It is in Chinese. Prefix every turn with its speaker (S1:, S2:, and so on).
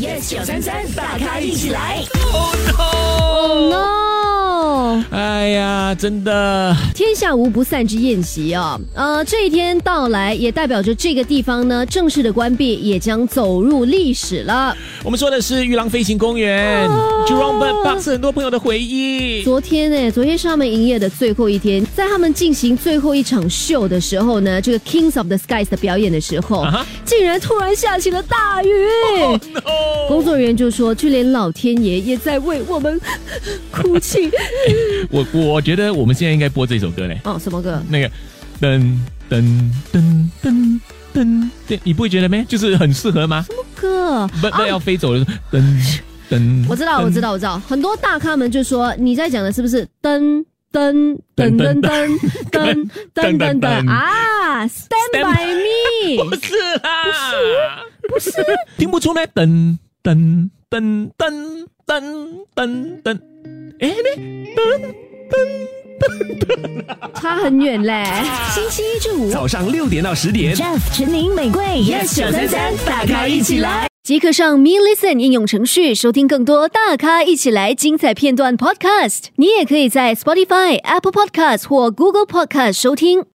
S1: yes 九三三，大咖一起来。
S2: No，
S3: 哎呀，真的，
S2: 哦天下无不散之宴席啊、呃，这一天到来，也代表着这个地方呢正式的关闭，也将走入历史了。
S3: 我们说的是玉郎飞行公园、Jerome Bird Park 是很多朋友的回忆。
S2: 昨天呢、昨天是他们营业的最后一天，在他们进行最后一场秀的时候呢，这个 Kings of the Skies 的表演的时候，
S3: 哈
S2: 竟然突然下起了大雨。
S3: Oh no！
S2: 工作人员就说，就连老天爷也在为我们哭泣。
S3: 我我觉得我们现在应该播这首歌嘞，
S2: 哦，什么歌？
S3: 那个噔噔噔噔噔，对，你不会觉得咩？就是很适合吗？
S2: 歌？
S3: 不，那要飞走了，噔噔。
S2: 我知道，
S3: 噔
S2: 我知。道，我知道，很多大咖们就说你在讲的是不是噔噔噔噔噔噔噔噔噔啊？Stand by me，
S3: 不是啦，不是，听不出咩？噔噔噔噔噔噔噔，哎，那噔
S2: 差很远嘞。
S1: 星期一至五
S4: 早上六点到十点。
S1: ，Jeff、陈宁、玫瑰，yes 九三三，大咖一起来。
S2: 即刻上 Me Listen 应用程序收听更多大咖一起来精彩片段 Podcast。你也可以在 Spotify、Apple Podcast 或 Google Podcast 收听。